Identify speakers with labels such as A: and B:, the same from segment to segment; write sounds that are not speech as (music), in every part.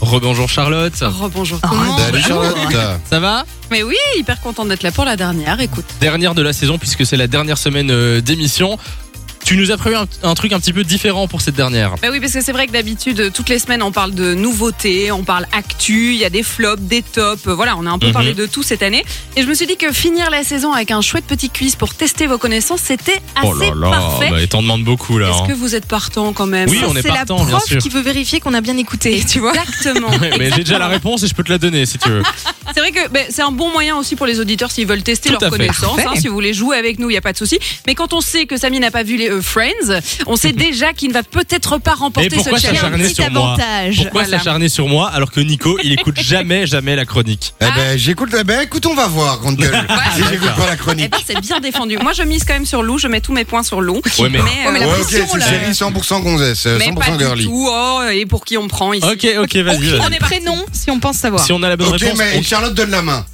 A: Rebonjour Charlotte.
B: Rebonjour
C: Ah,
B: Oh, tout le monde.
D: Salut Charlotte.
A: Ça va
B: (laughs) Mais oui, hyper contente d'être là pour la dernière, écoute.
A: Dernière de la saison puisque c'est la dernière semaine euh, d'émission. Tu nous as prévu un, un truc un petit peu différent pour cette dernière.
B: Bah oui, parce que c'est vrai que d'habitude, euh, toutes les semaines, on parle de nouveautés, on parle actu, il y a des flops, des tops, euh, voilà, on a un peu
A: Mhm.
B: parlé de tout cette année. Et je me suis dit que finir la saison avec un chouette petit quiz pour tester vos connaissances, c'était
C: Ah,
B: assez parfait.
A: bah, il t'en demande beaucoup là.
B: Est-ce
A: hein.
B: que vous êtes partant quand même
A: Oui,
C: Ça,
A: on est
C: C'est la
A: partant, bien
C: prof
A: sûr.
C: qui veut vérifier qu'on a bien écouté.
B: (laughs) tu vois Exactement.
A: Ouais, hein. (laughs) mais j'ai déjà la réponse et je peux te la donner si tu
C: (laughs)
A: veux.
B: C'est vrai que ben, c'est un bon moyen aussi pour les auditeurs s'ils veulent tester
A: Tout à
B: leurs
A: fait.
B: connaissances.
C: Parfait.
B: hein, si vous voulez jouer avec nous, il n'y a pas de souci. Mais quand on sait que Samy n'a pas vu les euh, Friends,
A: (laughs)
B: on sait déjà qu'il ne va peut-être pas remporter
A: Et pourquoi
B: ce
A: ça
C: J'ai
B: challenge.
A: s'acharner
C: un petit
A: sur moi.
C: avantage.
A: Pourquoi
B: Voilà.
A: s'acharner sur moi alors que Nico, il écoute
C: (laughs)
A: jamais, jamais la chronique
B: Ah.
D: Eh ben, j'écoute. Eh ben, écoute, on va voir,
B: (laughs)
D: grande gueule. si j'écoute pas la
B: Eh
D: chronique.
B: ben, c'est bien défendu. Moi, je mise quand même sur Lou. Je mets tous mes points sur Lou.
A: Ouais, mais-
B: euh,
D: Ouais, ok, c'est série 100% gonzesse, euh,
B: mais pas
D: 100%
B: du
D: girly.
B: tout. Oh, et pour qui on prend ici
A: Ok, ok, vas-y.
B: On
A: vas-y.
B: est parti.
C: Prénom, si on pense savoir.
A: Si on a la bonne
D: Ok,
A: réponse,
D: mais
A: on-
D: Charlotte donne la main.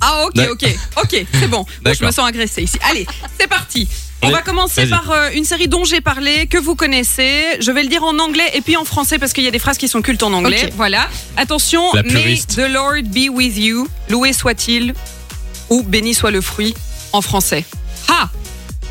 B: Ah ok
A: D'ac-
B: ok ok c'est bon. Moi, je
A: D'accord.
B: me sens agressée ici. Allez c'est parti. On
A: Allez,
B: va commencer
A: vas-y.
B: par euh, une série dont j'ai parlé que vous connaissez. Je vais le dire en anglais et puis en français parce qu'il y a des phrases qui sont cultes en anglais.
C: Ok.
B: Voilà. Attention.
A: La
B: May
A: puriste.
B: the Lord be with you. Loué soit-il ou béni soit le fruit en français. Ah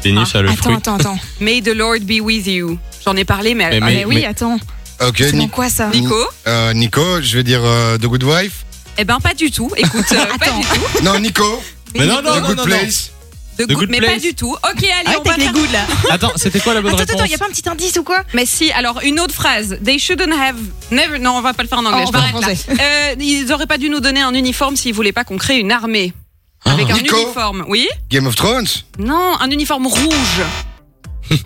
A: Béni soit le
C: Ah, Attends,
A: fruit.
C: attends, attends.
B: May the Lord be with you. J'en ai parlé
A: (laughs)
B: mais, euh,
A: Mais
C: Ah,
A: May-
C: mais oui,
A: mais-
C: attends.
D: Ok,
C: C'est dans
D: Ni-
C: quoi ça
B: Nico
D: euh, Nico, je vais dire euh, The Good Wife.
B: eh ben pas du tout. Écoute euh, pas
C: (laughs) Attends.
B: du tout.
D: Non, Nico,
B: (laughs)
A: Mais non, non,
D: The
A: non,
D: Good
A: non, non.
D: Place.
B: De goût-
A: Good
B: mais pas
A: Place.
B: du tout. Ok allez
C: Arrête
B: on va
C: avec Ah, les
B: faire
C: gouttes là.
A: Attends, c'était quoi la bonne
C: Attends,
A: réponse
C: attends, y a pas un petit indice ou quoi
B: Mais si, alors une autre phrase. They shouldn't have never. Non, on va pas le faire en anglais.
C: Oh,
B: je
C: on va
B: m'arrête
C: en
B: là. Euh, ils auraient pas dû nous donner un uniforme s'ils voulaient pas qu'on crée une armée
A: Ah.
B: avec un
D: Nico.
B: uniforme. Oui.
D: Game of Thrones.
B: Non, un uniforme rouge.
A: (laughs)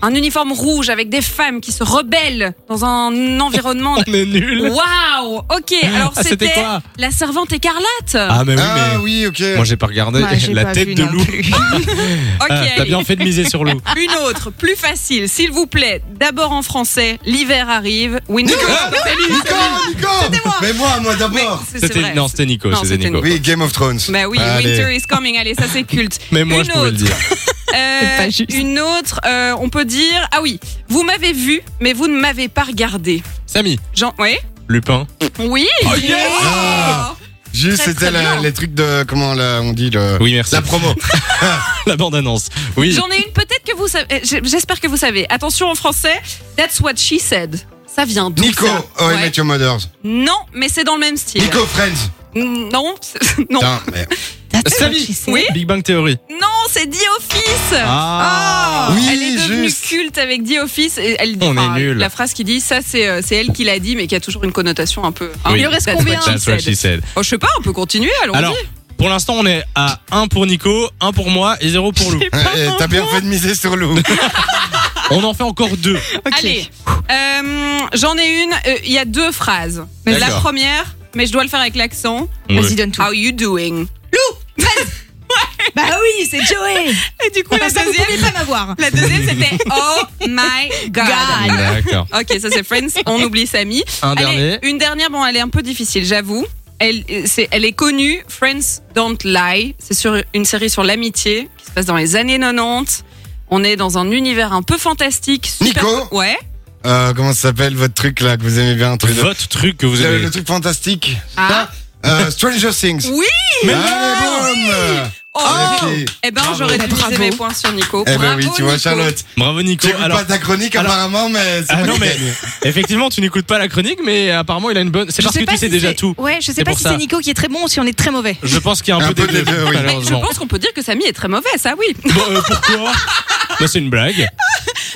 B: un uniforme rouge avec des femmes qui se rebellent dans un environnement.
A: (laughs) On est nul.
B: Waouh. Ok. Alors
A: Ah, c'était
B: c'était
A: quoi
B: la servante écarlate.
A: Ah, mais oui, mais.
D: Ah oui, ok.
A: Moi, j'ai pas regardé
C: Ouais, j'ai
A: la
C: pas
A: tête
C: vu
A: de
C: non
A: loup. (laughs)
C: plus.
B: ok.
A: Ah, T'as
B: allez.
A: bien fait de miser sur loup.
B: (laughs) Une autre, plus facile, s'il vous plaît. D'abord en français, l'hiver arrive. Winter.
D: Nico,
B: Salut,
D: Nico, Nico. Mais moi, moi d'abord.
B: c'est- c'est
A: C'était
B: vrai,
A: non, c'était Nico,
B: Non,
A: c'était
B: c'était
A: Nico.
B: Nico.
D: Oui, Game of Thrones.
B: Bah oui,
D: Allez.
B: Winter is coming, allez, ça c'est culte.
A: Mais moi,
B: Une
A: je pouvais le
B: autre.
A: dire.
B: Euh,
C: C'est pas juste.
B: une autre, euh, on peut dire, ah oui, vous m'avez vu, mais vous ne m'avez pas regardé.
A: Samy,
B: Jean, ouais
A: Lupin.
B: Oui
A: yes
D: Ah. Juste,
B: Très,
D: c'était
B: très
D: la-
B: bien.
D: les trucs de. Comment là, on dit le.
A: Oui, merci.
B: (laughs)
D: La promo.
A: (laughs) La bande-annonce. Oui.
B: J'en ai une, peut-être que vous savez, j- j'espère que vous savez. Attention en français, that's what she said. Ça vient d'où
D: Nico,
B: ça
D: Oh,
B: Ouais.
D: I Met Your Mothers.
B: Non, mais c'est dans le même style.
D: Nico Friends.
B: Non, c'est- non.
D: Putain,
B: (laughs)
D: merde.
C: Attends,
A: Samy.
C: je sais.
B: Oui
A: Big Bang Theory.
B: Non, c'est The Office
A: Ah.
B: Oh,
D: Oui,
B: Elle est devenue
D: juste.
B: culte avec The Office. Et elle,
A: On est
B: enfin,
A: nuls.
B: La phrase qui dit, ça c'est euh, c'est elle qui l'a dit, mais qui a toujours une connotation un peu.
A: Oui.
B: Il Ah, reste
C: That's
B: combien
C: what
A: That's what she said.
B: Oh, Je sais pas, on peut continuer, allons-y.
A: Alors, pour l'instant, on est à 1 pour Nico, 1 pour moi et 0 pour Lou.
D: Eh, T'as bien fait de miser sur Lou.
A: On en fait encore deux.
C: Ok.
B: Allez, euh, j'en ai une. euh, Il y a deux phrases.
A: D'accord.
B: La première, mais je dois le faire avec l'accent.
C: Vas-y,
A: Oui.
C: donne tout.
B: How you doing
C: Bah oui, c'est
A: (laughs)
C: Joey.
B: Et du coup, la
C: Ça, vous
B: deuxième,
C: pouvez pas m'avoir.
B: la deuxième c'était (laughs) Oh my God.
C: God.
A: D'accord.
B: Ok, ça c'est Friends. On oublie Samy.
A: Un
B: Allez,
A: dernier.
B: Une dernière, bon, elle est un peu difficile, j'avoue. Elle, euh, c'est- elle est connue, Friends Don't Lie. C'est sur une série sur l'amitié qui se passe dans les années 90. On est dans un univers un peu fantastique. Super
D: Nico
B: Ouais.
D: Euh, comment ça s'appelle votre truc là que vous aimez bien entre les deux
A: Votre truc que vous
D: le,
A: avez.
D: le truc fantastique.
B: Ah.
D: Euh, Stranger Things. Ah,
B: Oui
D: Mais Allez, boum
B: Oh,
D: Ah, Ok.
B: j'ai- Eh ben, j'aurais dû
C: Bravo.
B: miser mes points sur Nico.
D: Eh ben
B: Bravo,
D: oui, tu vois
B: Nico.
D: Charlotte.
A: Bravo Nico.
D: Tu écoutes
A: Alors,
D: pas ta chronique
A: alors-
D: apparemment, mais c'est
A: ah
D: moi
A: non
D: qui
A: mais
D: gagne.
A: effectivement, tu n'écoutes pas la chronique, mais apparemment, il a une bonne. C'est
C: Je
A: parce
C: sais
A: que
C: pas
A: tu
C: si
A: sais déjà
C: c'est-
A: tout.
C: Ouais, je
A: C'est
C: sais pas
A: pour
C: si
A: ça.
C: c'est Nico qui est très bon ou si on est très mauvais.
A: Je pense qu'il y a un,
D: Un
A: des
D: peu des deux, oui.
B: Mais je
A: malheureusement.
B: pense qu'on peut dire que Samy est très mauvaise, ah oui. (laughs)
A: Bon, euh, pourquoi Bah, C'est une blague.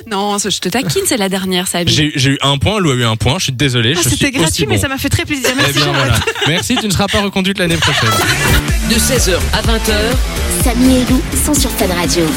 B: Non, je te taquine, c'est la dernière, Samy.
A: J'ai j'ai eu un point, Lou a eu un point. Je suis désolé.
C: Ah,
A: je suis
C: C'était
A: aussi
C: gratuit, mais
A: bon.
C: ça m'a fait très plaisir.
A: Eh
C: Merci,
A: bien,
C: Charlotte.
A: voilà. Merci, tu ne seras pas reconduite l'année prochaine.
E: De 16h à 20h,
F: Samy et Lou sont sur Fan Radio.